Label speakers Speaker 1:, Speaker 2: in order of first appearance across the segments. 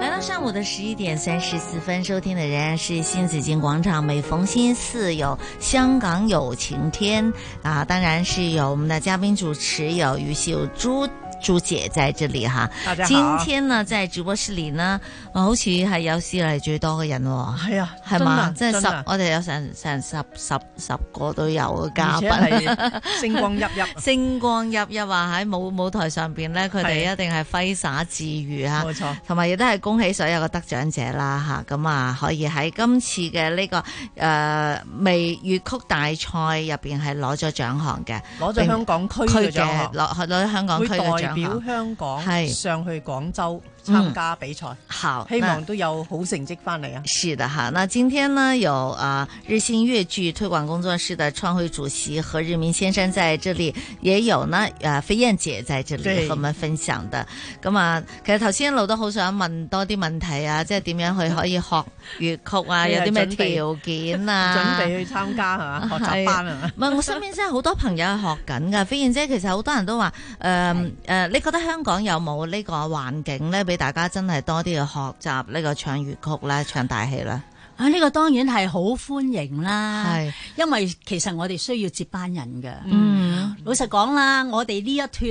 Speaker 1: 来到上午的十一点三十四分，收听的仍然是新紫金广场。每逢星期四有香港有晴天啊，当然是有我们的嘉宾主持有于秀珠。朱姐在这里哈，
Speaker 2: 大家好
Speaker 1: 今天呢，在直播室里呢，啊好似係有史嚟最多嘅人喎，
Speaker 2: 係啊
Speaker 1: 係嘛，即係
Speaker 2: 真啊
Speaker 1: 十
Speaker 2: 真啊，
Speaker 1: 我哋有成成十十十個都有嘅嘉
Speaker 2: 而且
Speaker 1: 賓。
Speaker 2: 係星光熠熠。
Speaker 1: 星光熠熠啊！喺舞舞台上邊咧，佢哋
Speaker 2: 係
Speaker 1: 一定係揮灑自如啊！
Speaker 2: 冇錯
Speaker 1: 同埋亦都係恭喜所有嘅得獎者啦吓，咁啊可以喺今次嘅呢、個誒、呃微粵曲大賽入邊係攞咗獎項嘅，
Speaker 2: 攞咗香港區嘅獎項
Speaker 1: 攞攞咗香港
Speaker 2: 會
Speaker 1: 區嘅
Speaker 2: 代
Speaker 1: 獎項。
Speaker 2: 表香港
Speaker 1: 係
Speaker 2: 上去廣州參加比賽，
Speaker 1: 好，
Speaker 2: 希
Speaker 1: 那
Speaker 2: 望都有好成績翻嚟啊！
Speaker 1: 是的哈，那今天呢有啊、呃日新粤剧推广工作室的创会主席何日明先生在这里，也有呢啊飞燕姐在这里
Speaker 2: 对
Speaker 1: 和我们分享的。咁啊，其實頭先一路都好想問多啲問題啊，即係點樣去可以學粵曲啊，
Speaker 2: 你
Speaker 1: 有
Speaker 2: 係
Speaker 1: 啲咩
Speaker 2: 準備
Speaker 1: 條件
Speaker 2: 準
Speaker 1: 啊？
Speaker 2: 備去參加係嘛學習班啊！
Speaker 1: 唔係，我身邊真係好多朋友係學緊㗎。飛燕姐其實好多人都話，誒、誒，你覺得香港有冇呢個環境咧，俾大家真係多啲去學習呢個唱粵曲啦、唱大戲啦？
Speaker 3: 啊！呢、個當然係好歡迎啦，
Speaker 1: 係，
Speaker 3: 因為其實我哋需要接班人嘅。
Speaker 1: 嗯。
Speaker 3: 老實講啦，我哋呢一脱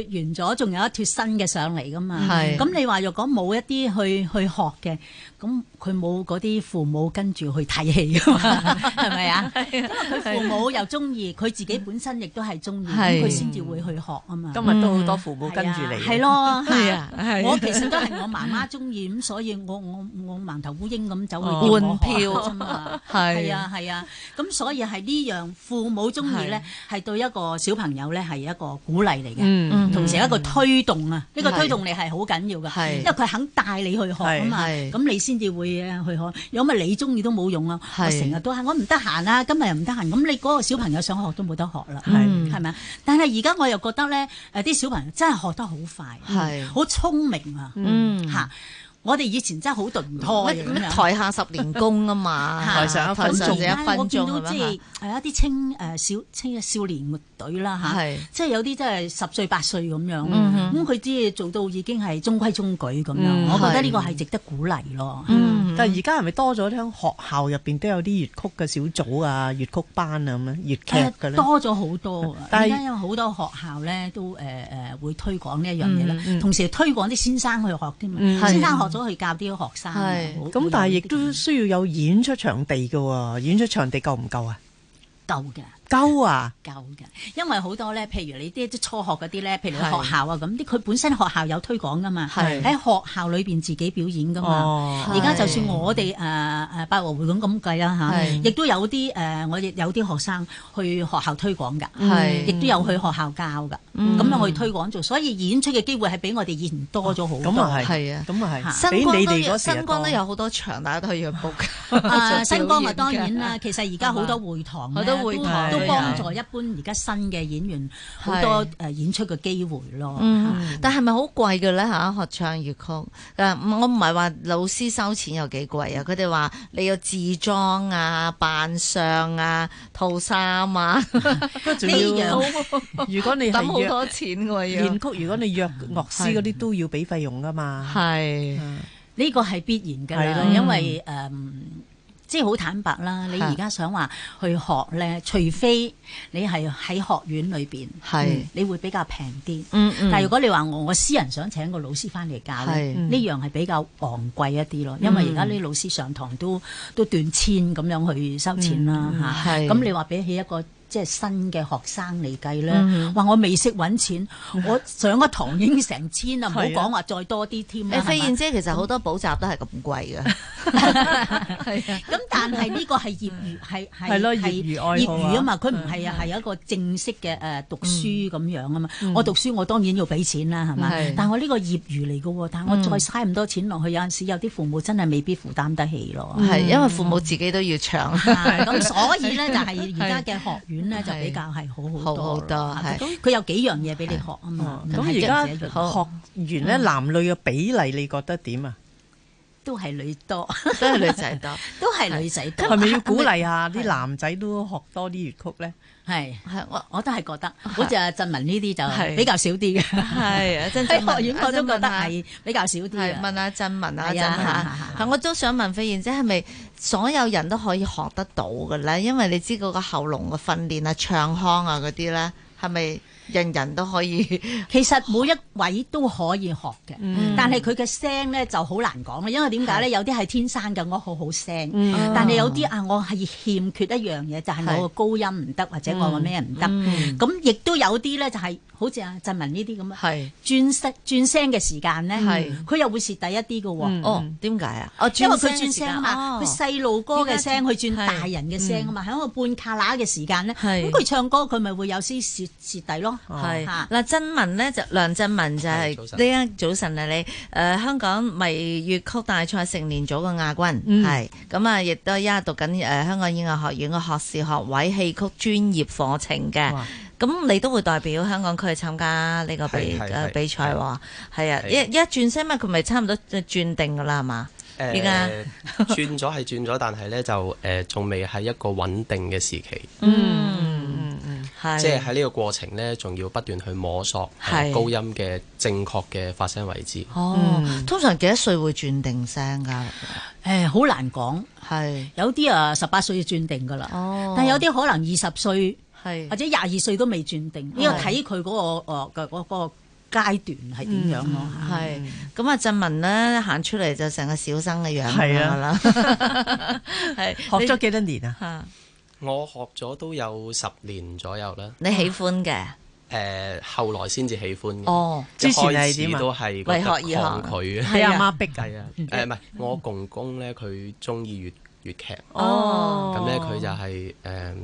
Speaker 3: 完咗，仲有一脱新嘅上嚟噶嘛。
Speaker 1: 係
Speaker 3: 咁你話若果冇一啲去去學嘅，咁佢冇嗰啲父母跟住去睇戲 噶嘛，係咪啊？因為佢父母又中意，佢自己本身亦都係中意，
Speaker 1: 嗯係
Speaker 3: 咁佢先至會去學啊嘛。
Speaker 2: 今日都好多父母跟住
Speaker 3: 係啊
Speaker 2: 嚟，
Speaker 3: 係咯，
Speaker 1: 係啊係啊
Speaker 3: 我其實都係我媽媽中意，咁所以我我我盲頭烏蠅咁走去
Speaker 2: 哦
Speaker 3: 叫
Speaker 1: 換
Speaker 3: 我
Speaker 1: 票
Speaker 3: 學啫嘛，
Speaker 1: 係
Speaker 3: 係啊係啊，咁所以係呢樣父母中意咧，係對一個小朋友咧係一個鼓勵嚟嘅，
Speaker 2: 嗯，
Speaker 3: 同時一個推動啊，呢個
Speaker 1: 係
Speaker 3: 推動力係好緊要嘅，
Speaker 1: 嗯係
Speaker 3: 因為佢肯帶你去學啊嘛，
Speaker 1: 係係
Speaker 3: 咁你先至會啊去學，如果唔係你中意都冇用啊，我
Speaker 1: 係
Speaker 3: 成日都係我唔得閒啊，今日又唔得閒，咁你嗰個小朋友想學都冇得學啦。
Speaker 1: 嗯
Speaker 3: 係咪啊？但係而家我又覺得咧，誒啲小朋友真係學得好快，
Speaker 1: 係
Speaker 3: 好聰明啊！
Speaker 1: 嗯
Speaker 3: 嚇，我哋以前真係好頓
Speaker 1: 乜
Speaker 3: 胎咁
Speaker 1: 乜
Speaker 3: 樣。
Speaker 1: 台下十年功啊嘛，
Speaker 3: 嚇台
Speaker 2: 上一
Speaker 1: 台
Speaker 2: 分
Speaker 1: 上
Speaker 2: 鐘
Speaker 1: 就一分
Speaker 3: 啊我
Speaker 1: 鐘啊
Speaker 3: 見到
Speaker 1: 咁
Speaker 3: 即
Speaker 1: 樣
Speaker 3: 係誒一啲青誒少青少年隊啦
Speaker 1: 嚇，
Speaker 3: 嚇，
Speaker 1: 係
Speaker 3: 即係有啲真係十歲八歲咁樣，
Speaker 1: 嗯哼
Speaker 3: 咁佢只係做到已經係中規中矩咁樣，
Speaker 2: 嗯
Speaker 3: 我覺得呢個係值得鼓勵咯。
Speaker 1: 嗯
Speaker 2: 但係而家係咪多咗喺學校入邊都有啲粵曲嘅小組啊、粵曲班啊咁樣、粵
Speaker 3: 誒
Speaker 2: 劇嘅咧？
Speaker 3: 多咗好多啊！
Speaker 2: 但係
Speaker 3: 而家有好多學校咧都誒誒會推廣呢一樣嘢
Speaker 2: 嗯嗯
Speaker 3: 啦，同時推廣啲先生去學添嘛啊
Speaker 2: 嗯，
Speaker 3: 先生學咗去教啲學生啊。
Speaker 1: 係
Speaker 3: 好
Speaker 2: 咁但係亦都需要有演出場地嘅喎，演出場地夠唔夠啊？
Speaker 3: 夠嘅。
Speaker 2: 夠啊！
Speaker 3: 夠嘅，因為好多咧，譬如你啲啲初學嗰啲咧，譬如你
Speaker 1: 係
Speaker 3: 學校啊咁，啲佢本身學校有推廣噶嘛，
Speaker 1: 係
Speaker 3: 喺學校裏邊自己表演噶嘛。
Speaker 2: 哦
Speaker 1: 啊
Speaker 3: 而家就算我哋誒誒百和會館咁計啦嚇，
Speaker 1: 係
Speaker 3: 亦都有啲誒、呃我亦有啲學生去學校推廣㗎，
Speaker 1: 係
Speaker 3: 亦都有去學校教㗎，咁、
Speaker 1: 嗯
Speaker 3: 樣去推廣做，所以演出嘅機會係比我哋以前多咗好多。
Speaker 2: 咁啊係，
Speaker 1: 係啊
Speaker 2: 咁啊係，
Speaker 3: 嚇
Speaker 2: 比
Speaker 1: 新光
Speaker 2: 你
Speaker 1: 都
Speaker 2: 哋
Speaker 1: 有
Speaker 2: 嗰時
Speaker 1: 新光都
Speaker 2: 多
Speaker 1: 有好多場，大家都可以去 book
Speaker 3: 啊，
Speaker 1: 做
Speaker 3: 新光
Speaker 1: 表
Speaker 3: 啊，
Speaker 1: 演
Speaker 3: 當然
Speaker 1: 嘅
Speaker 3: 啦，其實而家好多會堂咧
Speaker 1: 好多會堂
Speaker 3: 都
Speaker 2: 都
Speaker 3: 都
Speaker 2: 有
Speaker 3: 幫助一般而家新嘅演員好
Speaker 1: 係
Speaker 3: 多誒演出嘅機會咯。
Speaker 1: 嗯，但係咪好貴嘅咧嚇？學唱粵曲誒，我唔係話老師收錢有幾貴啊，佢哋話你要自裝啊、扮相啊、套衫啊，
Speaker 2: 仲
Speaker 3: 呢
Speaker 2: 要
Speaker 3: 樣
Speaker 2: 如果你
Speaker 1: 抌好
Speaker 2: 係約
Speaker 1: 多錢喎要
Speaker 2: 練。曲，如果你約樂師嗰啲都要俾費用噶嘛。
Speaker 1: 係
Speaker 3: 呢個係必然㗎
Speaker 2: 係
Speaker 3: 啦，
Speaker 2: 咯
Speaker 3: 因為誒、嗯即係好坦白啦。你而家想話去學咧，除非你係喺學院裏邊，嗯
Speaker 1: 係
Speaker 3: 你會比較平啲。
Speaker 1: 嗯嗯，
Speaker 3: 但係如果你話我我私人想請個老師翻嚟教
Speaker 1: 係
Speaker 3: 咧，呢樣係比較昂貴一啲咯，因為而家啲老師上堂都都斷千咁樣去收錢啦
Speaker 1: 係
Speaker 3: 嚇。咁你話比起一個即係新嘅學生嚟計咧
Speaker 1: 嗯，
Speaker 3: 話我未識揾錢，我上一堂已經成千啦，唔好
Speaker 2: 係啊
Speaker 3: 講話再多啲添啦。
Speaker 1: 誒，
Speaker 3: 係嘛
Speaker 1: 飛燕姐其實好多補習都係咁貴嘅，係啊，
Speaker 3: 咁但係呢個係業餘，係係
Speaker 2: 嗯係咯
Speaker 3: 係
Speaker 2: 業餘愛好啊嗯
Speaker 3: 業餘啊嘛，佢唔係啊，係一個正式嘅誒讀書咁樣啊嘛。我讀書我當然要俾錢啦，係嘛
Speaker 2: 嗯
Speaker 1: 係？
Speaker 3: 但我呢個業餘嚟嘅喎，但我再嘥咁多錢落去，有陣時有啲父母真係未必負擔得起咯。
Speaker 2: 嗯
Speaker 1: 係因為父母自己都要唱。
Speaker 3: 啊咁所以咧就係而家嘅學院咧就比較係好好
Speaker 1: 好好多
Speaker 3: 多啦，啊
Speaker 1: 係
Speaker 3: 咁佢有幾樣嘢俾你學啊嘛
Speaker 2: 哦，
Speaker 1: 嗯
Speaker 2: 咁
Speaker 3: 咁
Speaker 2: 而家學
Speaker 1: 好
Speaker 2: 完
Speaker 1: 嗯
Speaker 2: 咧，男女嘅比例你覺得點啊？
Speaker 3: 都係女多，
Speaker 1: 都係女仔多，
Speaker 3: 都係女仔
Speaker 1: 嗯
Speaker 3: 多，
Speaker 2: 係咪要鼓勵 下啲男仔都學多啲粵曲咧？
Speaker 3: 係？
Speaker 1: 係我
Speaker 3: 我都係覺得，好似阿振文呢啲
Speaker 1: 係
Speaker 3: 就比較少啲嘅。
Speaker 1: 係 啊，真
Speaker 3: 喺學院我都覺得係比較少啲啊
Speaker 1: 係
Speaker 3: 嘅。
Speaker 1: 問下振文啊，振
Speaker 3: 係啊
Speaker 1: 文啊
Speaker 3: 係係係
Speaker 1: 係我都想問飛燕姐係咪所有人都可以學得到嘅咧？因為你知嗰個喉嚨嘅訓練啊、唱腔啊嗰啲咧，係咪人人都可以？
Speaker 3: 其實每一位都可以學嘅，
Speaker 1: 嗯
Speaker 3: 但係佢嘅聲咧就好難講啦，因為點解咧？有啲係天生嘅，我好好聲，
Speaker 1: 嗯
Speaker 3: 但係有啲啊，我係欠缺一樣嘢，就係、我個高音唔得，或者我個咩唔得。
Speaker 1: 嗯
Speaker 3: 咁亦都有啲咧，就係、好似阿振文呢啲咁啊，
Speaker 1: 係
Speaker 3: 轉聲轉聲嘅時間咧，
Speaker 1: 係
Speaker 3: 佢又會蝕底一啲嘅喎。
Speaker 2: 嗯
Speaker 1: 哦，點解啊？哦，
Speaker 3: 因為佢
Speaker 1: 轉
Speaker 3: 轉聲啊
Speaker 1: 聲
Speaker 3: 嘛，
Speaker 1: 嘛，
Speaker 3: 佢
Speaker 1: 哦
Speaker 3: 細路哥嘅聲，佢轉
Speaker 1: 係
Speaker 3: 大人嘅聲啊嘛，喺一個半卡拉嘅時間咧，
Speaker 1: 係
Speaker 3: 咁佢唱歌佢咪會有啲蝕蝕底咯。
Speaker 4: 哦
Speaker 1: 係
Speaker 3: 嚇
Speaker 1: 嗱，振文咧就梁振文就係
Speaker 4: 係早晨
Speaker 1: 呢一早晨啊，你誒、呃香港迷粵曲大賽成年組嘅亞軍，
Speaker 2: 嗯
Speaker 1: 係咁啊，亦都而家讀緊誒、呃香港演藝學院嘅學士學位戲曲專業課程嘅。
Speaker 2: 哇
Speaker 1: 咁你都會代表香港區去參加呢個比
Speaker 4: 係係
Speaker 1: 誒
Speaker 4: 係
Speaker 1: 比賽喎，係啊，
Speaker 4: 係
Speaker 1: 一一轉聲咪佢咪差唔多轉定噶啦，係嘛？
Speaker 4: 誒
Speaker 1: 依家
Speaker 4: 呃轉咗係轉咗，但係咧就誒仲未喺一個穩定嘅時期，
Speaker 1: 嗯，係，
Speaker 4: 即係喺呢個過程咧，仲要不斷去摸索
Speaker 1: 係
Speaker 4: 誒高音嘅正確嘅發聲位置。
Speaker 1: 哦，
Speaker 4: 嗯
Speaker 1: 通常幾多歲會轉定聲㗎？
Speaker 3: 誒，好難講，
Speaker 1: 係，
Speaker 3: 有啲啊十八歲就轉定㗎啦，
Speaker 1: 哦，嗯
Speaker 3: 但有啲可能二十歲
Speaker 1: 係
Speaker 3: 或者廿二歲都未轉定，呢個睇佢嗰個誒嘅嗰個階段係點樣咯。嚇
Speaker 1: 係，咁啊，振文咧行出嚟就成個小生嘅樣
Speaker 2: 係啊
Speaker 1: 啦，係
Speaker 2: 學咗幾多年啊？
Speaker 1: 吓，
Speaker 4: 我學咗都有十年左右啦，
Speaker 1: 你喜歡嘅，
Speaker 4: 誒後來先至喜歡嘅。
Speaker 1: 哦，
Speaker 4: 一
Speaker 2: 之前
Speaker 4: 開
Speaker 2: 係
Speaker 4: 始
Speaker 2: 點啊
Speaker 4: 都係
Speaker 1: 為學而
Speaker 4: 覺
Speaker 1: 學
Speaker 4: 得抗拒啊，
Speaker 2: 俾阿媽逼㗎。
Speaker 4: 係啊，誒唔係我公公咧，佢中意粵粵劇。
Speaker 1: 哦，
Speaker 4: 咁咧佢就係誒誒
Speaker 1: 啊嗯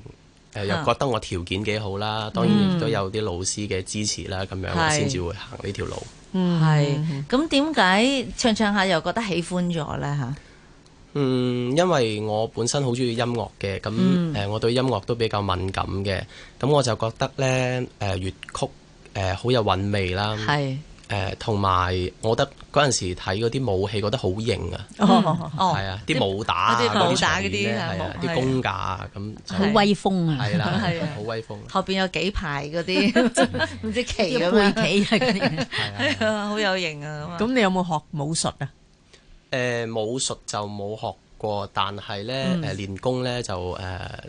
Speaker 4: 又覺得我條件幾好啦，當然亦都有啲老師嘅支持啦，咁樣我
Speaker 1: 係
Speaker 4: 先至會行呢條路。
Speaker 1: 係，咁點解唱唱下又覺得喜歡咗咧吓？
Speaker 4: 嗯，因為我本身好中意音樂嘅，咁誒、
Speaker 1: 嗯
Speaker 4: 呃我對音樂都比較敏感嘅，咁我就覺得咧誒、呃、粵曲誒好有韻味啦，
Speaker 1: 係，
Speaker 4: 誒同埋我覺得嗰陣時睇嗰啲武戲覺得好型啊，
Speaker 2: 哦
Speaker 1: 哦
Speaker 4: 係，啊，啲武打啊
Speaker 1: 啲武打
Speaker 4: 場面
Speaker 1: 嗰啲
Speaker 4: 咧
Speaker 1: 啊
Speaker 4: 係啊，
Speaker 1: 武
Speaker 4: 啲公架啊咁
Speaker 1: 嗯
Speaker 4: 就
Speaker 3: 好威風啊！
Speaker 4: 係
Speaker 1: 係
Speaker 4: 啦，係
Speaker 1: 啊
Speaker 4: 啊好威風，
Speaker 1: 後邊有幾排嗰 啲唔知旗咁
Speaker 3: 啲
Speaker 1: 樣，
Speaker 3: 背企啊嗰啲，
Speaker 4: 係啊。
Speaker 1: 係啊，好有型啊，咁啊
Speaker 2: 咁你有冇學武術啊？
Speaker 4: 誒、呃武術就冇學過，但係咧誒練功咧就誒、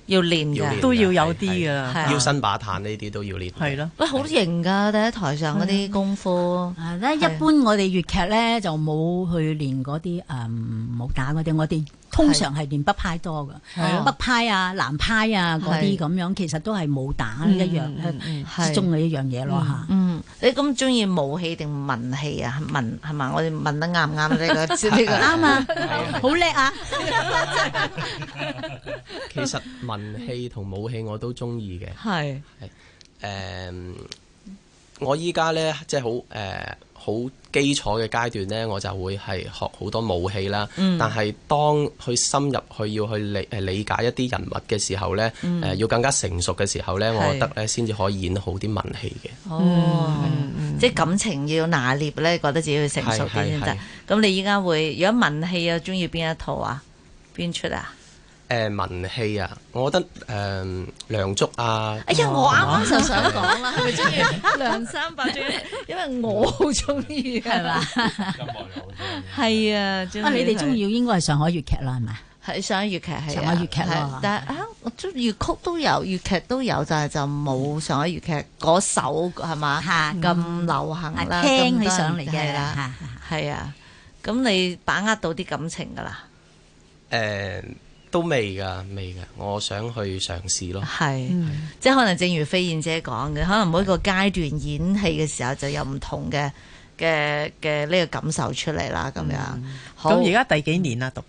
Speaker 1: 要練
Speaker 4: 要
Speaker 1: 嘅
Speaker 4: 練。
Speaker 2: 都要有啲㗎
Speaker 1: 係啊
Speaker 2: 啦。
Speaker 4: 腰身把彈呢啲都要練。
Speaker 2: 係咯，
Speaker 1: 喂，好型噶！第一台上嗰啲功夫，
Speaker 3: 啊！咧一般我哋粵劇咧就冇去練嗰啲誒武打嗰啲，我哋通常係練北派多
Speaker 1: 係
Speaker 3: 㗎，北派啊、南派啊嗰啲咁樣，其實都係武打
Speaker 1: 嗯
Speaker 3: 一樣
Speaker 2: 嗯
Speaker 1: 係
Speaker 3: 之中嘅一樣嘢咯嚇。
Speaker 1: 嗯，你咁中意武戲定文戲啊？文係嘛？我哋問得啱唔啱呢個 呢個？
Speaker 3: 啱啊，
Speaker 4: 係
Speaker 3: 好叻啊！
Speaker 4: 其實文戲同武戲我都中意嘅。誒、呃
Speaker 1: 係
Speaker 4: 我依家咧即係好誒好基礎嘅階段咧，我就會係學好多武戲啦。但係當去深入去要去理誒理解一啲人物嘅時候咧，誒、呃要更加成熟嘅時候咧，我覺得咧先至可以演好啲文戲嘅。
Speaker 1: 哦，即係感情要拿捏咧，覺得自己要成熟啲先得
Speaker 4: 係係。
Speaker 1: 咁你依家會如果文戲又中意邊一套啊？邊出啊？
Speaker 4: 誒、文戲啊，我覺得誒、呃梁祝啊，
Speaker 1: 哎呀，我啱啱就想講 啦，係咪中意梁山伯？中意， 因為我好中意，啊係嘛？係啊，中意
Speaker 3: 啊，你哋中
Speaker 1: 佢
Speaker 3: 意應該係上海粵劇啦，係咪？
Speaker 1: 係上粵劇係
Speaker 3: 上
Speaker 1: 啊
Speaker 3: 海粵劇咯
Speaker 1: 係但係啊，我中粵曲都有，粵劇都有，但係就冇上海粵劇嗰首係嘛
Speaker 3: 嚇嗯啊
Speaker 1: 咁流行啦，
Speaker 3: 聽
Speaker 1: 咁
Speaker 3: 起
Speaker 1: 多
Speaker 3: 上嚟
Speaker 1: 人
Speaker 3: 嘅
Speaker 1: 係啊啦，
Speaker 3: 嚇
Speaker 1: 係啊，咁你把握到啲感情㗎啦，
Speaker 4: 誒呃都未㗎，未㗎，我想去嘗試咯。
Speaker 1: 係，
Speaker 3: 嗯
Speaker 1: 即係可能正如飛燕姐講嘅，可能每一個階段演戲嘅時候就有唔同嘅嘅嘅呢個感受出嚟啦，咁樣。
Speaker 3: 嗯
Speaker 1: 好
Speaker 2: 咁而家第幾年啊？讀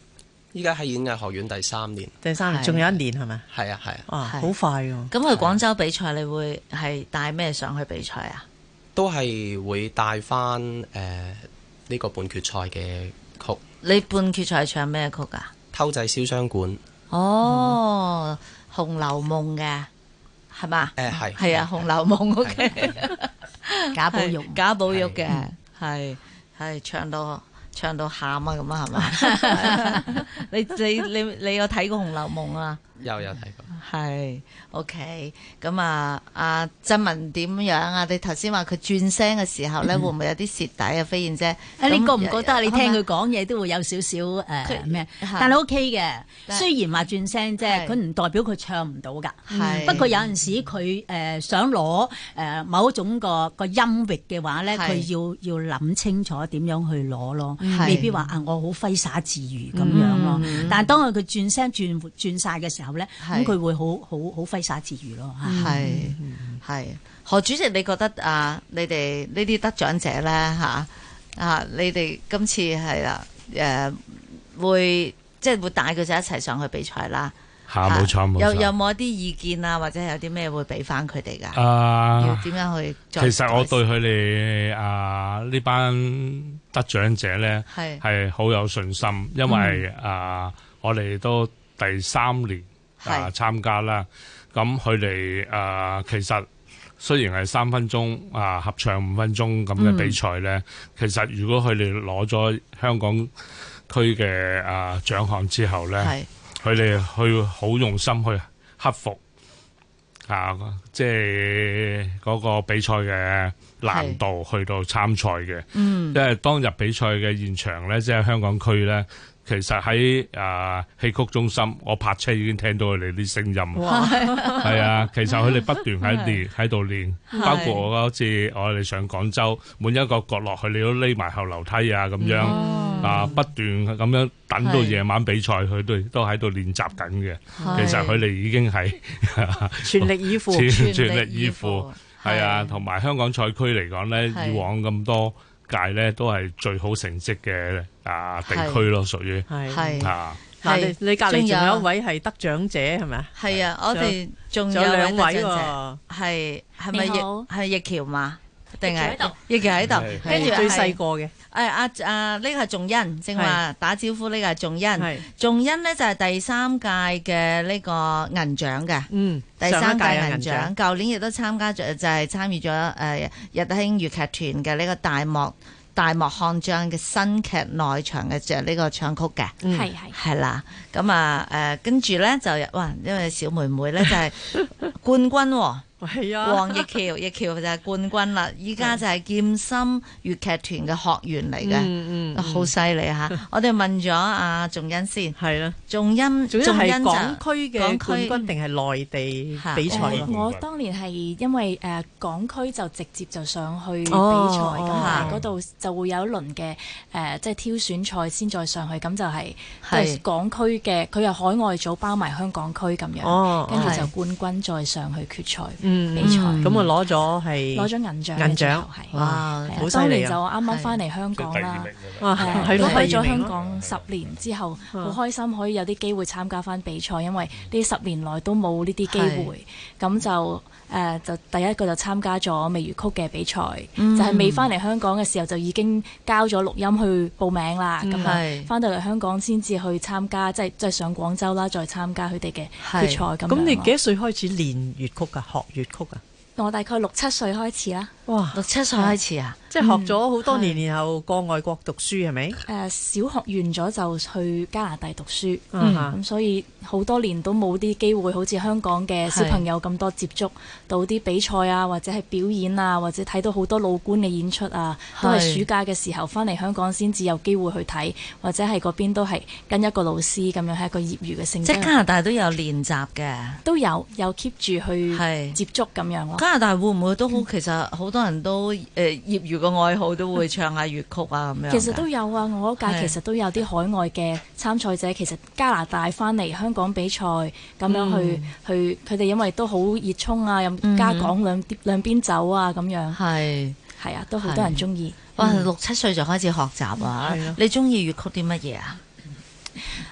Speaker 4: 依家喺演藝學院第三年，
Speaker 2: 第三年，
Speaker 1: 係
Speaker 2: 仲有一年係咪？
Speaker 4: 係啊係啊，
Speaker 2: 哇，
Speaker 1: 係
Speaker 2: 好快
Speaker 1: 咁
Speaker 2: 喎！
Speaker 1: 去廣州比賽，你會係帶咩上去比賽啊？
Speaker 4: 都係會帶翻誒呢個半決賽嘅曲《
Speaker 1: 你半決賽唱咩曲啊？
Speaker 4: 偷仔燒傷館》
Speaker 1: 哦，紅樓夢》嘅係嘛？
Speaker 4: 誒係
Speaker 1: 係啊，《紅樓夢》OK，
Speaker 3: 贾寶玉
Speaker 1: 係贾寶玉嘅係係唱到唱到喊啊咁啊係嘛？你你你你有睇過《紅樓夢》啊？
Speaker 4: 有有睇過。
Speaker 1: 係 OK，咁啊，阿曾文點樣啊？你頭先話佢轉聲嘅時候咧，會唔會有啲蝕底啊？飛燕姐，
Speaker 3: 啊！你
Speaker 1: 咁
Speaker 3: 覺唔覺得啊
Speaker 1: 有
Speaker 3: 你聽佢
Speaker 1: 有
Speaker 3: 講嘢都會有少少誒
Speaker 1: 佢
Speaker 3: 咩？
Speaker 1: 係
Speaker 3: 但係 OK 嘅，
Speaker 1: 但
Speaker 3: 雖然話轉
Speaker 1: 係
Speaker 3: 聲啫，佢唔代表佢唱唔到㗎。
Speaker 1: 係
Speaker 3: 不過有陣時佢誒想攞誒某一種個個音域嘅話咧，
Speaker 1: 係
Speaker 3: 佢要要諗清楚點樣去攞咯
Speaker 1: 係，嗯
Speaker 3: 未必話啊我好揮灑自如咁樣咯。但係當佢轉聲轉轉曬嘅時候咧，
Speaker 1: 係嗯
Speaker 3: 咁佢會好好好揮灑自如咯
Speaker 2: 嗯
Speaker 3: 啊嚇。
Speaker 1: 啊係係何主席，你覺得啊？你哋呢啲得獎者咧嚇啊，你哋今次係啦誒，會即係會帶佢哋一齊上去比賽啦。
Speaker 5: 嚇啊冇錯冇
Speaker 1: 有有
Speaker 5: 錯。
Speaker 1: 冇一啲意見啊？或者有啲咩會俾翻佢哋㗎？要
Speaker 5: 啊，
Speaker 1: 點樣去
Speaker 5: 其
Speaker 1: 再改善？
Speaker 5: 實我對佢哋啊呢班得獎者咧
Speaker 1: 係
Speaker 5: 係好有信心，因為
Speaker 1: 嗯
Speaker 5: 啊我哋都第三年啊
Speaker 1: 係
Speaker 5: 參加啦，咁佢哋啊其實。雖然係三分鐘啊合唱五分鐘咁
Speaker 1: 嗯
Speaker 5: 嘅比賽呢，其實如果佢哋攞咗香港區嘅啊獎項之後呢，
Speaker 1: 係
Speaker 5: 佢哋去好用心去克服啊，即係嗰個比賽嘅難度去到參賽嘅。嗯，因為當日比賽嘅現場咧，即係香港區咧，其實喺啊戲曲中心，我泊車已經聽到佢哋啲聲音。係啊，其實佢哋不 斷喺練喺度練，包括我嗰次我哋上廣州，每一個角落佢哋都匿埋後樓梯啊咁樣。
Speaker 1: 哦
Speaker 5: 啊，不斷咁樣等到夜晚比賽，佢都都喺度練習緊嘅。
Speaker 1: 係
Speaker 5: 其實佢哋已經係
Speaker 2: 全力以赴，
Speaker 5: 全
Speaker 1: 全
Speaker 5: 全
Speaker 1: 力
Speaker 5: 力
Speaker 1: 以
Speaker 5: 以
Speaker 1: 赴
Speaker 5: 赴，係啊。
Speaker 1: 係
Speaker 5: 同埋香港賽區嚟講
Speaker 1: 係
Speaker 5: 咧，以往咁多屆咧都係最好成績嘅啊地區咯，屬於
Speaker 2: 係
Speaker 1: 係
Speaker 5: 啊。
Speaker 2: 嗱，
Speaker 1: 係
Speaker 2: 你你隔離
Speaker 1: 仲
Speaker 2: 仲
Speaker 1: 有
Speaker 2: 有一位係得獎者係咪啊？
Speaker 1: 係啊，我哋仲有
Speaker 2: 仲有
Speaker 1: 兩
Speaker 2: 兩位
Speaker 1: 位得獎者，
Speaker 2: 喎，
Speaker 1: 係係咪
Speaker 3: 你
Speaker 1: 易
Speaker 3: 好
Speaker 1: 係易橋嘛？定
Speaker 3: 易橋喺
Speaker 1: 係
Speaker 3: 度啊
Speaker 1: 易橋喺
Speaker 4: 係
Speaker 1: 度，跟住
Speaker 2: 係最
Speaker 1: 係
Speaker 2: 細個嘅，
Speaker 1: 誒阿阿呢個係仲恩，正話打招呼呢個係仲恩，
Speaker 2: 係
Speaker 1: 仲恩呢就係第三屆嘅呢個銀獎嘅。
Speaker 2: 嗯，
Speaker 1: 第
Speaker 2: 上
Speaker 1: 三
Speaker 2: 一
Speaker 1: 屆
Speaker 2: 屆嘅
Speaker 1: 銀獎，
Speaker 2: 獎，
Speaker 1: 舊年亦都參加咗，就係、參與咗誒、呃日興粵劇團嘅呢個大幕大幕看將嘅新劇內場嘅就呢個唱曲嘅，
Speaker 2: 嗯
Speaker 6: 係係
Speaker 1: 係啦，咁啊誒跟住咧就有哇，因為小妹妹咧就係冠軍喎、
Speaker 2: 係啊，
Speaker 1: 黃奕橋，奕橋就係冠軍啦，依家就係劍心粵劇團嘅學員嚟嘅，
Speaker 2: 嗯嗯，
Speaker 1: 好犀利嚇！我哋問咗阿仲欣先，
Speaker 2: 係啦，
Speaker 1: 仲欣
Speaker 2: 仲要
Speaker 1: 仲
Speaker 2: 係
Speaker 1: 欣就
Speaker 2: 港區嘅
Speaker 1: 港區
Speaker 2: 冠軍定係內地比賽
Speaker 5: 係
Speaker 2: 啊
Speaker 5: 咯
Speaker 6: 誒我當年係因為誒、港區就直接就上去比賽
Speaker 2: 哦
Speaker 6: 咁，
Speaker 1: 係
Speaker 6: 但係嗰度就會有一輪嘅誒，即係挑選賽先再上去，咁就係都
Speaker 1: 係
Speaker 6: 係港區嘅，佢有海外組包埋香港區咁樣，
Speaker 2: 哦，
Speaker 6: 跟住
Speaker 1: 係
Speaker 6: 就冠軍再上去決賽
Speaker 2: 嗯
Speaker 6: 比賽，
Speaker 1: 嗯
Speaker 2: 咁啊攞咗係
Speaker 6: 攞咗銀獎嘅
Speaker 2: 銀
Speaker 6: 最
Speaker 2: 獎
Speaker 6: 後係，
Speaker 1: 哇
Speaker 6: 係啊
Speaker 2: 好犀
Speaker 6: 當
Speaker 2: 利
Speaker 6: 年就
Speaker 2: 啊！
Speaker 6: 我啱啱翻嚟
Speaker 5: 即
Speaker 6: 香
Speaker 5: 係
Speaker 6: 港
Speaker 5: 第二名。
Speaker 6: 啦
Speaker 5: 㗎啦
Speaker 2: 哇，
Speaker 6: 誒
Speaker 2: 係咯，啊
Speaker 6: 離開
Speaker 2: 第二
Speaker 6: 咗香
Speaker 2: 名咯，
Speaker 6: 港十年之後，
Speaker 2: 嗯
Speaker 6: 好開心可以有啲機會參加翻比賽，因為呢十年來都冇呢啲機會，咁就誒、就第一個就參加咗美粵曲嘅比賽，
Speaker 2: 嗯
Speaker 6: 就係未翻嚟香港嘅時候就已經交咗錄音去報名啦，
Speaker 2: 嗯
Speaker 6: 咁
Speaker 1: 係
Speaker 6: 樣翻到嚟香港先至去參加，即係即係上廣州啦，再參加佢哋嘅
Speaker 1: 係
Speaker 6: 決賽咁樣咯
Speaker 2: 咁你幾多歲開始練粵曲㗎？學粵曲啊？
Speaker 6: 我大概六七歲開始啦，
Speaker 2: 哇！
Speaker 1: 六七歲開始啊，
Speaker 2: 即係學咗好多年，然後過外國讀書係咪？
Speaker 6: 誒、呃小學完咗就去加拿大讀書。
Speaker 2: 嗯
Speaker 1: 啊
Speaker 6: 咁所以好多年都冇啲機會，好似香港嘅小朋友咁多接觸到啲比賽啊，或者係表演啊，或者睇到好多老倌嘅演出啊，都
Speaker 1: 係
Speaker 6: 係暑假嘅時候翻嚟香港先至有機會去睇，或者係嗰邊都係跟一個老師咁樣係一個業餘嘅性
Speaker 1: 即係加
Speaker 6: 質，
Speaker 1: 拿大都有練習嘅。
Speaker 6: 都有有 keep 住去
Speaker 1: 係
Speaker 6: 接觸咁樣咯。
Speaker 1: 加拿大會唔會都好？其實好多人都誒、呃、業餘嘅愛好都會唱下粵曲啊咁樣㗎。
Speaker 6: 其實都有啊，我嗰
Speaker 1: 係
Speaker 6: 屆其實都有啲海外嘅參賽者，其實加拿大翻嚟香港比賽咁樣去、去，佢哋因為都好熱衷啊，又
Speaker 1: 嗯
Speaker 6: 加港兩兩邊走啊咁樣，
Speaker 1: 係。
Speaker 6: 係啊，都好多人中意。
Speaker 1: 哇！六七歲就開始學習啊！
Speaker 2: 係啊
Speaker 1: 你中意粵曲啲乜嘢啊？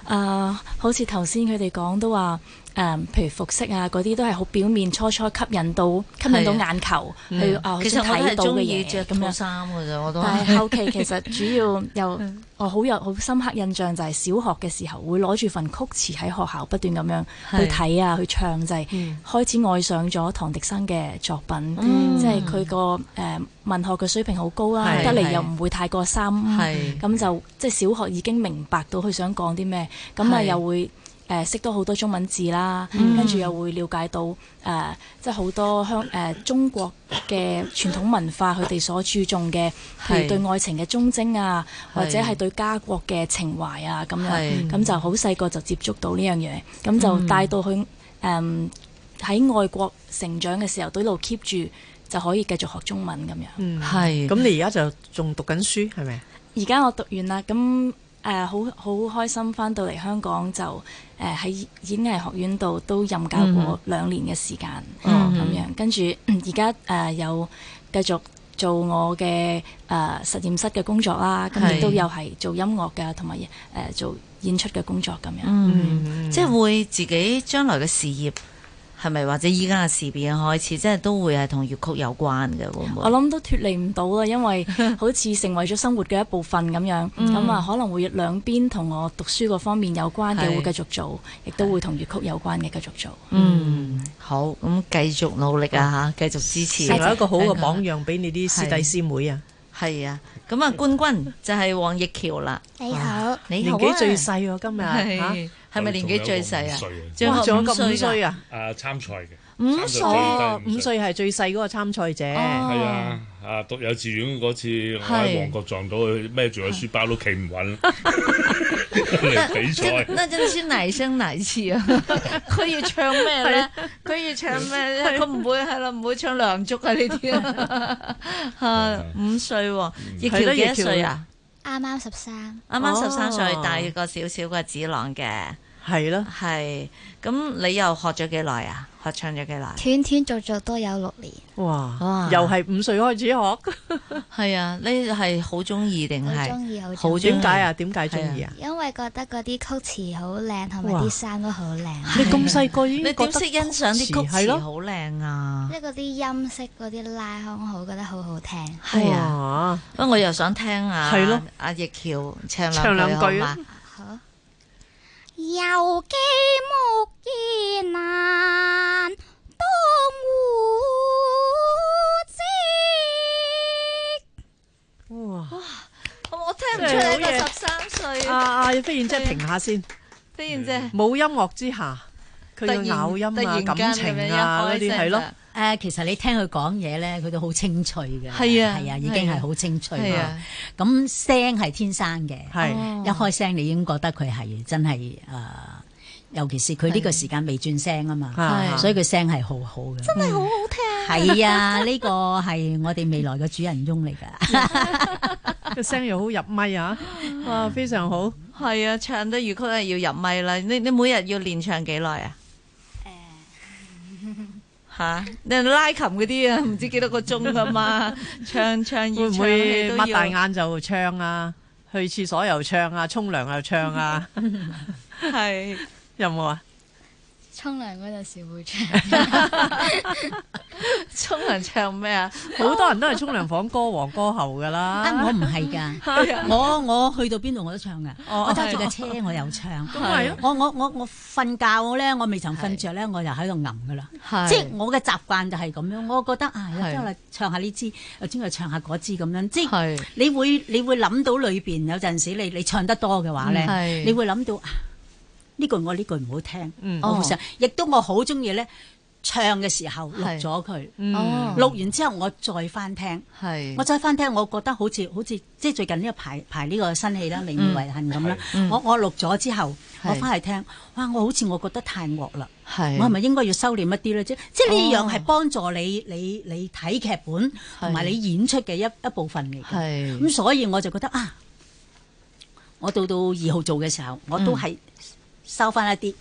Speaker 6: 啊，好似頭先佢哋講都話誒、譬如服飾啊嗰啲都係好表面，初初吸引到吸引到
Speaker 1: 係啊
Speaker 6: 眼球去啊，好
Speaker 1: 其實
Speaker 6: 想
Speaker 1: 我都係
Speaker 6: 睇到嘅
Speaker 1: 中意着
Speaker 6: 嘢咁
Speaker 1: 套
Speaker 6: 樣。
Speaker 1: 衫嘅啫，我都
Speaker 6: 但
Speaker 1: 係。
Speaker 6: 係後期其實 主要又
Speaker 1: 嗯
Speaker 6: 我好有好深刻印象就係小學嘅時候會攞住份曲詞喺學校不斷咁樣去
Speaker 1: 係嗯
Speaker 6: 睇啊去唱，就係、開始愛上咗唐迪生嘅作品，即係佢個誒文學嘅水平好高啦，
Speaker 1: 係
Speaker 6: 得嚟
Speaker 1: 係
Speaker 6: 又唔會太過深，
Speaker 1: 係
Speaker 6: 咁就即係小學已經明白到佢想講啲咩，咁啊
Speaker 1: 係嗯
Speaker 6: 又會。誒、識到好多中文字啦，跟住又會了解到誒、即係好多香誒、中國嘅傳統文化，佢哋所注重嘅，譬
Speaker 1: 係
Speaker 6: 如對愛情嘅忠貞啊，或者
Speaker 1: 係
Speaker 6: 係對家國嘅情懷啊咁
Speaker 1: 係嗯
Speaker 6: 樣，咁就好細個就接觸到呢樣嘢，咁就帶到去誒喺、外國成長嘅時候，都一路 keep 住就可以繼續學中文咁樣。
Speaker 1: 係
Speaker 2: 咁你而家就仲讀緊書係咪？
Speaker 6: 而家我讀完啦，咁誒好好開心翻到嚟香港就誒喺、演藝學院度都任教
Speaker 1: 嗯
Speaker 6: 過兩年嘅時間，咁、樣跟住嗯而家誒有繼續做我嘅誒、呃、實驗室嘅工作啦，咁
Speaker 1: 係
Speaker 6: 亦都有係做音樂嘅同埋誒做演出嘅工作咁樣。
Speaker 1: 嗯，即係會自己將來嘅事業係咪或者依家嘅事業開始，即係都會係同粵曲有關嘅，會唔
Speaker 6: 我
Speaker 1: 會？
Speaker 6: 諗都脱離唔到啦，因為好似成為咗生活嘅一部分咁樣，咁啊可能會兩邊同我讀書嗰方面有關嘅
Speaker 1: 嗯係
Speaker 6: 會繼續做，亦都會同粵曲有關嘅繼續做。
Speaker 1: 嗯，好，咁繼續努力啊吓，繼續支持。
Speaker 2: 成為一個好嘅榜樣俾你啲師弟師妹啊！
Speaker 1: 係啊，咁啊，冠軍就係黃奕橋啦。
Speaker 7: 你好，
Speaker 1: 你
Speaker 2: 年
Speaker 1: 好啊
Speaker 2: 紀最細喎，今日嚇
Speaker 1: 係係咪年紀最細啊？最
Speaker 2: 哇，
Speaker 1: 後
Speaker 2: 仲有咁
Speaker 1: 五
Speaker 2: 五歲
Speaker 1: 歲㗎
Speaker 2: 啊！
Speaker 5: 啊參賽嘅，
Speaker 1: 五
Speaker 5: 歲
Speaker 2: 哦，五歲係最細嗰個參賽者，
Speaker 1: 哦
Speaker 5: 係啊，啊讀幼稚園嗰次，我
Speaker 1: 係
Speaker 5: 喺旺角撞到佢孭住個書包都企唔 穩嚟比 賽。
Speaker 1: 那真係奶聲奶氣 啊！佢要唱咩咧？佢要唱咩咧？佢唔會啊係啦，唔會唱梁祝啊呢啲 啊。嚇五歲喎，葉
Speaker 2: 係
Speaker 1: 橋
Speaker 2: 咯
Speaker 1: 幾
Speaker 2: 葉
Speaker 1: 多
Speaker 2: 橋
Speaker 1: 歲啊？
Speaker 7: 啱啱十三，
Speaker 1: 啱啱十三歲
Speaker 2: 哦，
Speaker 1: 大個少少個子朗嘅，
Speaker 2: 係咯，
Speaker 1: 係。咁你又學咗幾耐啊？學唱咗幾耐？
Speaker 7: 斷斷續續都有六年，
Speaker 2: 哇
Speaker 1: 哇，
Speaker 2: 又係五歲開始學，
Speaker 1: 係啊，你係好中意定
Speaker 7: 好
Speaker 1: 嗯係
Speaker 7: 中意好
Speaker 1: 好
Speaker 7: 中意，
Speaker 1: 中
Speaker 2: 點解啊？點解中意啊？
Speaker 7: 因為覺得嗰啲曲詞好靚，同埋
Speaker 2: 哇
Speaker 7: 啲衫都好靚，
Speaker 2: 你咁細個已
Speaker 1: 你
Speaker 2: 經
Speaker 1: 點識欣賞啲曲
Speaker 2: 係
Speaker 1: 詞
Speaker 2: 咯？
Speaker 1: 好靚啊
Speaker 7: 即？係嗰啲音色嗰啲拉腔好，覺得好好聽。
Speaker 1: 係啊，
Speaker 2: 啊，
Speaker 1: 不過我又想聽啊，
Speaker 2: 係咯，
Speaker 1: 阿葉橋唱
Speaker 2: 唱兩
Speaker 1: 兩
Speaker 2: 句
Speaker 1: 句好
Speaker 2: 啊
Speaker 1: 嘛？
Speaker 7: 游記木葉難，當戶織。
Speaker 2: 哇！
Speaker 1: 我我聽唔出你一個十三歲
Speaker 2: 啊啊！飛燕姐停下先，
Speaker 1: 飛燕姐，
Speaker 2: 冇音樂之下，佢
Speaker 1: 突
Speaker 2: 嘅
Speaker 1: 然
Speaker 2: 咬
Speaker 1: 突
Speaker 2: 音啊、
Speaker 1: 然
Speaker 2: 感
Speaker 1: 間咁樣
Speaker 2: 情
Speaker 1: 一
Speaker 2: 啊嗰
Speaker 1: 開
Speaker 2: 啲
Speaker 1: 聲
Speaker 2: 係咯
Speaker 1: 就，
Speaker 3: 誒，其實你聽佢講嘢咧，佢都好清脆嘅，
Speaker 1: 係啊
Speaker 3: 係啊，已經係好清脆
Speaker 1: 係
Speaker 3: 啦
Speaker 1: 啊。
Speaker 3: 咁聲係哦天生嘅，
Speaker 2: 係
Speaker 3: 一開聲你已經覺得佢係真係誒，尤其是佢呢個時間未轉聲啊嘛，
Speaker 2: 啊
Speaker 3: 所以佢聲係好好嘅，真係好好聽。係啊，呢個係我哋未來嘅主人翁嚟㗎。
Speaker 2: 個聲又好入 咪啊！哇，非常好。
Speaker 1: 係啊，唱得粵曲係要入咪啦。你你每日要練唱幾耐啊？吓，你拉琴嗰啲啊，唔知幾多個鐘噶嘛，唱唱
Speaker 2: 會
Speaker 1: 要
Speaker 2: 唔
Speaker 1: 唱
Speaker 2: 會
Speaker 1: 戲都
Speaker 2: 擘大
Speaker 1: 要，
Speaker 2: 眼就唱啊？去廁所又唱啊，沖涼又 唱啊，
Speaker 1: 係
Speaker 2: 有冇啊？
Speaker 7: 沖涼嗰陣時會唱，
Speaker 1: 沖涼唱咩啊？
Speaker 2: 好多人都係沖涼房歌王歌后噶
Speaker 3: 啊，我
Speaker 2: 啦，
Speaker 3: 唔係啊㗎，我我去到邊度我都唱㗎，
Speaker 2: 哦
Speaker 3: 我揸住架車我又唱。
Speaker 2: 係咯
Speaker 3: 我我我我瞓覺咧，我未曾瞓着咧，我就喺度吟㗎啦。即係我嘅習慣就係咁樣，我覺得啊，有
Speaker 1: 係
Speaker 3: 朝嚟唱下呢支，有朝嚟唱下嗰支咁樣，即係
Speaker 1: 係
Speaker 3: 你會你會諗到裏邊有陣時你你唱得多嘅話
Speaker 1: 嗯
Speaker 3: 咧，
Speaker 1: 係
Speaker 3: 你會諗到啊呢句我呢句唔好聽，
Speaker 2: 嗯
Speaker 1: 哦
Speaker 3: 我好想，亦都我好中意咧唱嘅時候錄咗佢，
Speaker 1: 哦
Speaker 3: 錄完之後我再翻聽。
Speaker 1: 係
Speaker 3: 我再翻聽，我覺得好似好似即係最近呢個排排呢個新戲啦，《明月為恨》咁啦。我我錄咗之後，
Speaker 1: 嗯係
Speaker 3: 我翻嚟聽，哇！我好似我覺得太惡啦，
Speaker 1: 係
Speaker 3: 我係咪應該要收斂一啲咧？即即係呢
Speaker 1: 哦
Speaker 3: 樣係幫助你你你睇劇本同埋你演出嘅一一部分嚟嘅。
Speaker 1: 係
Speaker 3: 咁所以我就覺得啊，我到到二號做嘅時候，我
Speaker 1: 嗯
Speaker 3: 都係收翻一啲。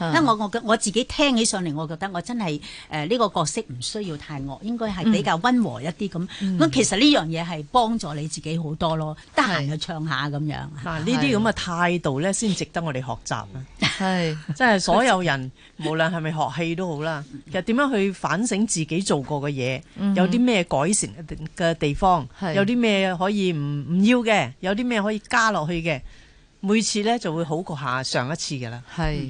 Speaker 3: 因為我我我自己聽起上嚟，我覺得我真係誒呢個角色唔需要太惡，應該係
Speaker 1: 嗯
Speaker 3: 比較温和一啲咁。咁、其實呢樣嘢係幫助你自己好多咯，得閒就唱下咁樣。
Speaker 2: 嗱，呢啲咁嘅態度咧，先值得我哋學習啊！
Speaker 1: 係
Speaker 2: 即係所有人，無論係咪學戲都好啦，其實點樣去反省自己做過嘅嘢，有啲咩改善嘅地方
Speaker 1: 係，
Speaker 2: 有啲咩可以唔唔要嘅，有啲咩可以加落去嘅，每次咧就會好過下上一次㗎啦。
Speaker 1: 係。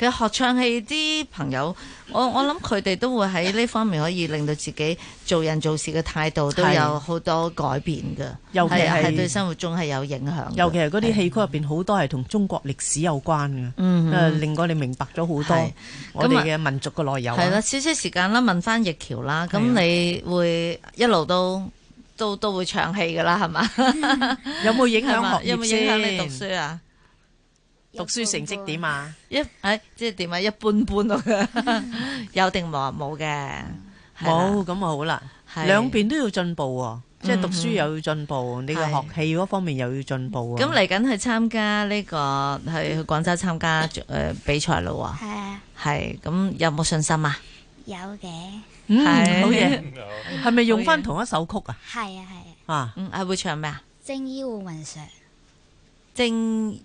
Speaker 1: 其實學唱戲啲朋友，我我諗佢哋都會喺呢方面可以令到自己做人做事嘅態度都
Speaker 2: 係
Speaker 1: 有好多改變嘅，
Speaker 2: 尤其
Speaker 1: 係啊
Speaker 2: 係
Speaker 1: 係對生活中係有影響嘅。
Speaker 2: 尤其係嗰啲戲曲入邊好多係同中國歷史有關嘅，
Speaker 1: 嗯
Speaker 2: 誒令我哋明白咗好
Speaker 1: 係
Speaker 2: 多我哋嘅民族嘅內有啊。
Speaker 1: 係啦，少少時間啦，問翻易橋啦，咁
Speaker 2: 係啊
Speaker 1: 你會一路都都都會唱戲噶啦，係嘛？
Speaker 2: 有冇 影
Speaker 1: 係嘛
Speaker 2: 響學業
Speaker 1: 有冇影響你讀
Speaker 2: 先
Speaker 1: 書啊？
Speaker 2: 讀書成績點啊？
Speaker 1: 一誒即係點啊？一般般咯， 有定冇啊？冇嘅，係啦
Speaker 2: 冇咁啊好啦，
Speaker 1: 係
Speaker 2: 兩邊都要進步喎，即係讀書又要進步，你嘅
Speaker 1: 係
Speaker 2: 學戲嗰方面又要進步喎。
Speaker 1: 咁嚟緊去參加呢、個去去廣州參加誒、呃比賽咯
Speaker 7: 係啊，
Speaker 1: 喎，係咁有冇信心啊？
Speaker 7: 有嘅，
Speaker 2: 嗯
Speaker 1: 係
Speaker 2: 好嘢，係咪用翻同一首曲啊？
Speaker 7: 係啊係啊，
Speaker 2: 啊，
Speaker 1: 嗯，係會唱咩啊？
Speaker 7: 精腰換雲上，
Speaker 1: 正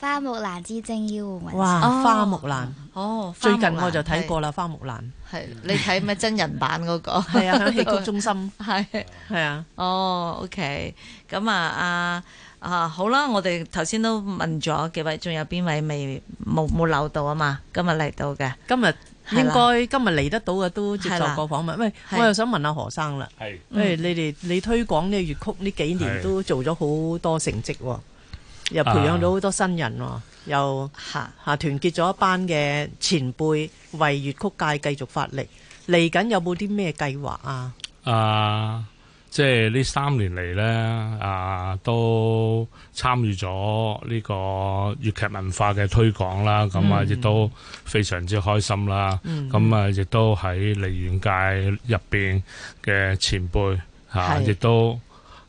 Speaker 7: 花木蘭之精腰換雲上，
Speaker 2: 哇，
Speaker 1: 哦
Speaker 2: 花木蘭，
Speaker 1: 哦，
Speaker 2: 最近我就睇過啦，花木 蘭，
Speaker 1: 係，係你睇咩真人版嗰、個？
Speaker 2: 係啊， 喺戲曲中心，
Speaker 1: 係。
Speaker 2: 係啊，
Speaker 1: 哦，OK，咁啊，啊啊，好啦，我哋頭先都問咗幾位，仲有邊位未冇冇留到啊嘛？今日嚟到嘅，
Speaker 2: 今日應該今日嚟得到嘅都接受
Speaker 1: 係啦
Speaker 2: 過訪問。喂，
Speaker 1: 係
Speaker 2: 我又想問下何生啦，
Speaker 5: 係
Speaker 2: 誒，你哋你推廣呢個粵曲呢幾年
Speaker 5: 係
Speaker 2: 都做咗好多成績喎，又培養到好多新人喎，又。
Speaker 1: 嚇，
Speaker 2: 嚇團結咗一班嘅前輩，為粵曲界繼續發力。嚟緊有冇啲咩計劃啊？
Speaker 5: 啊，即係呢三年嚟咧，啊都參與咗呢個粵劇文化嘅推廣啦，咁啊亦都非常之開心啦。咁啊亦都喺梨園界入邊嘅前輩啊，
Speaker 1: 係
Speaker 5: 亦都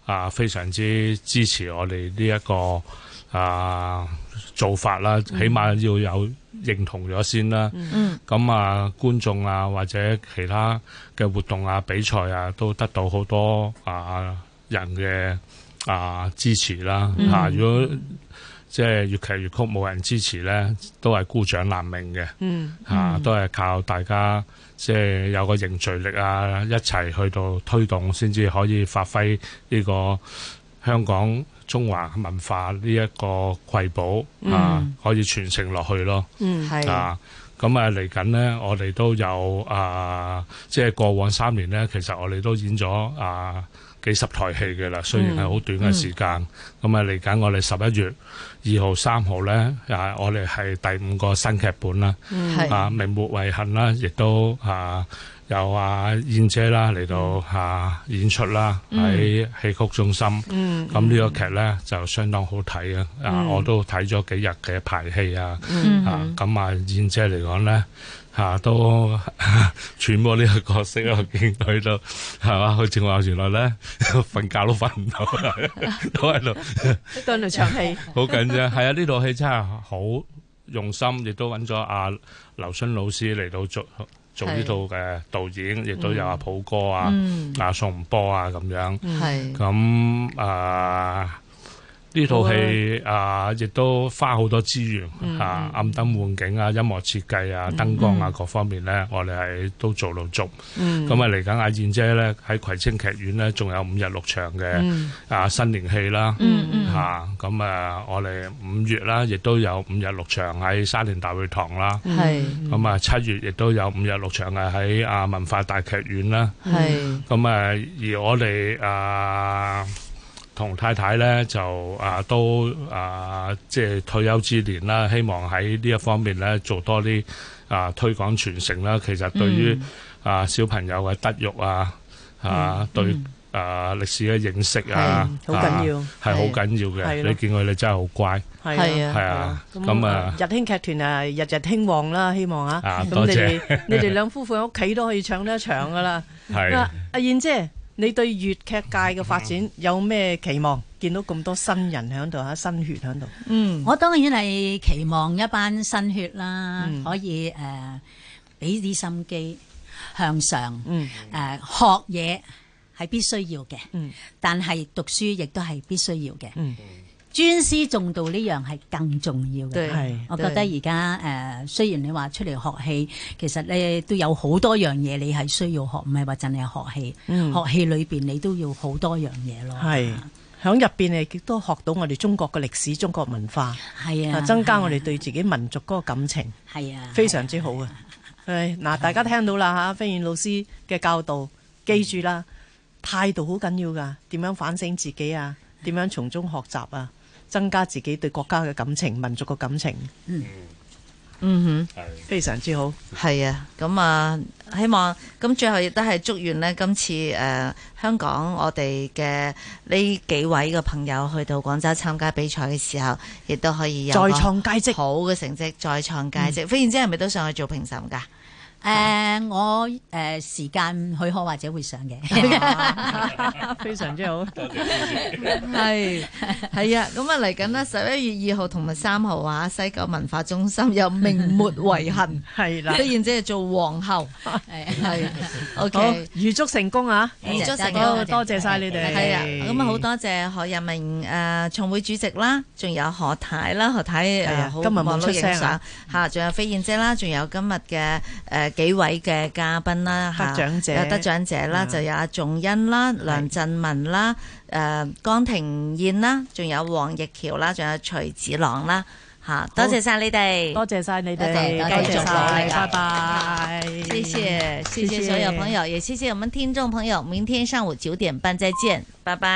Speaker 5: 啊非常之支持我哋呢一個啊做法啦，起碼要有認同咗先啦。
Speaker 1: 嗯
Speaker 5: 咁啊，觀眾啊，或者其他嘅活動啊、比賽啊，都得到好多啊人嘅啊支持啦。
Speaker 1: 嗯
Speaker 5: 嚇、如果即係粵劇粵曲冇人支持咧，都係孤掌難鳴嘅。
Speaker 2: 嗯，
Speaker 5: 嚇、啊都係靠大家即係有個凝聚力啊，一齊去到推動，先至可以發揮呢個香港中華文化呢一個瑰寶啊，可以傳承落去咯。
Speaker 1: 係，
Speaker 5: 啊，咁啊嚟緊呢，我哋都有啊，即係過往三年呢，其實我哋都演咗啊幾十台戲嘅啦，雖然係好短嘅時間。咁啊嚟緊，我哋十一月二號、三號呢，啊，我哋係第五個新劇本啦，
Speaker 1: 係，
Speaker 5: 啊，明末遺恨啦，亦都啊。有啊燕姐啦嚟到
Speaker 1: 嗯
Speaker 5: 啊演出啦，喺戲曲中心。咁
Speaker 1: 嗯
Speaker 5: 呢、個劇呢，就相當好睇啊！啊，我都睇咗幾日嘅排戲啊。
Speaker 1: 嗯
Speaker 5: 啊，咁啊，燕姐嚟講咧，嚇都 揣摩呢個角色啊，我見佢都係嘛，佢正話原來咧 瞓覺都瞓唔到 啊，都喺度
Speaker 2: 跟住唱戲，
Speaker 5: 好緊張。係啊，呢套戲真係好用心，亦都揾咗阿劉迅老師嚟到做做呢套嘅導演，亦都有阿普哥啊、
Speaker 1: 嗯，
Speaker 5: 阿宋波啊咁樣。
Speaker 1: 係，
Speaker 5: 咁啊，呢套戲啊，亦都花好多資
Speaker 1: 嗯
Speaker 5: 源啊，暗燈換景啊、音樂設計啊、燈光啊各方面咧，我哋係都做到足。
Speaker 1: 嗯
Speaker 5: 咁啊，嚟緊阿燕姐咧喺葵青劇院咧，仲有五日六場嘅啊新年戲啦。
Speaker 1: 嗯嗯，
Speaker 5: 嚇咁啊！我哋五月啦，亦都有五日六場喺沙田大會堂啦。
Speaker 2: 嗯
Speaker 1: 係
Speaker 5: 咁啊，七月亦都有五日六場係喺啊文化大劇院啦。
Speaker 1: 係，
Speaker 5: 咁啊，而我哋啊同太太咧就啊都啊即係退休之年啦，希望喺呢一方面咧做多啲啊推廣傳承啦，其實對於
Speaker 2: 嗯
Speaker 5: 啊小朋友嘅德育啊啊對。啊！歷史嘅認識啊，
Speaker 2: 嗯係好緊要
Speaker 5: 啊係好緊要
Speaker 2: 係
Speaker 5: 嘅。
Speaker 2: 咯
Speaker 5: 你見佢哋真係好乖，
Speaker 2: 係
Speaker 1: 啊
Speaker 5: 係啊，咁
Speaker 2: 咁啊
Speaker 5: 啊，，
Speaker 2: 日興劇團啊，日日興旺啦，希望啊
Speaker 5: 啊，
Speaker 2: 咁
Speaker 5: 多
Speaker 2: 你
Speaker 5: 謝
Speaker 2: 哋你哋兩夫婦喺屋企都可以唱得一場噶啦。
Speaker 5: 係
Speaker 2: 啊，阿燕姐，你對粵劇界嘅發展有咩期望？見到咁多新人喺度嚇，新血喺度，
Speaker 1: 嗯，
Speaker 3: 我當然係期望一班新血啦，
Speaker 2: 嗯
Speaker 3: 可以誒俾啲心機向上，誒、
Speaker 2: 嗯
Speaker 3: 學嘢係必須要嘅，
Speaker 2: 嗯
Speaker 3: 但係讀書亦都係必須要嘅。
Speaker 2: 嗯
Speaker 3: 專師重道呢樣係更重要
Speaker 1: 對
Speaker 3: 嘅。
Speaker 2: 係
Speaker 3: 我覺得而家誒，雖然你話出嚟學戲，其實咧都有好多樣嘢你係需要學，唔係話淨係學戲。
Speaker 2: 嗯
Speaker 3: 學戲裏邊你都要好多樣嘢咯。
Speaker 2: 係喺入邊，你亦都學到我哋中國嘅歷史、中國文化，
Speaker 3: 係啊，
Speaker 2: 啊增加我哋對自己民族嗰個感情。
Speaker 3: 係啊，
Speaker 2: 非常之好嘅。誒嗱，大家聽到啦嚇，飛燕老師嘅教導，記住啦，態度好緊要㗎。點樣反省自己啊？點樣從中學習啊？增加自己對國家嘅感情、民族嘅感情，
Speaker 1: 嗯哼。
Speaker 2: 非常之好。
Speaker 1: 係啊，咁啊，希望咁最後亦都係祝願呢。今次誒、呃香港我哋嘅呢幾位嘅朋友去到廣州參加比賽嘅時候，亦都可以有
Speaker 2: 再
Speaker 1: 個
Speaker 2: 創佳績，
Speaker 1: 好嘅成績，再創佳績。飛燕姐係咪都上去做評審㗎？
Speaker 3: 誒、我誒、時間許可或者會上嘅。
Speaker 2: 非常之好。
Speaker 1: 係係啊，咁啊嚟緊呢，十一月二號同埋三號啊，西九文化中心有明末遺 恨，
Speaker 2: 係啦，
Speaker 1: 飛燕姐係做皇后， 係 OK
Speaker 2: 好。，預祝成功啊！
Speaker 3: 多謝
Speaker 1: 預祝成功
Speaker 2: 好，多謝晒你哋。
Speaker 1: 係啊，咁啊好多謝何日明誒創會主席啦，仲有何太啦，何太呃
Speaker 2: 係
Speaker 1: 誒
Speaker 2: 啊
Speaker 1: 好
Speaker 2: 今日冇
Speaker 1: 忙碌
Speaker 2: 出聲
Speaker 1: 影相
Speaker 2: 啊
Speaker 1: 嚇，仲有飛燕姐啦，仲有今日嘅誒幾位嘅嘉賓啦
Speaker 2: 得
Speaker 1: 嚇
Speaker 2: 獎者
Speaker 1: 有得獎者啦，
Speaker 2: 嗯
Speaker 1: 就有阿仲欣啦、梁振文啦、誒江庭燕啦，仲有黃奕橋啦，仲有徐子朗啦嚇，多謝晒你哋，
Speaker 2: 多謝晒你
Speaker 1: 多謝
Speaker 2: 哋，
Speaker 1: 多謝
Speaker 2: 繼續努力，
Speaker 1: 多謝
Speaker 2: 拜拜。
Speaker 1: 謝謝謝
Speaker 2: 謝謝
Speaker 1: 謝所有朋友，也謝謝我們聽眾朋友，明天上午九點半再見，拜拜。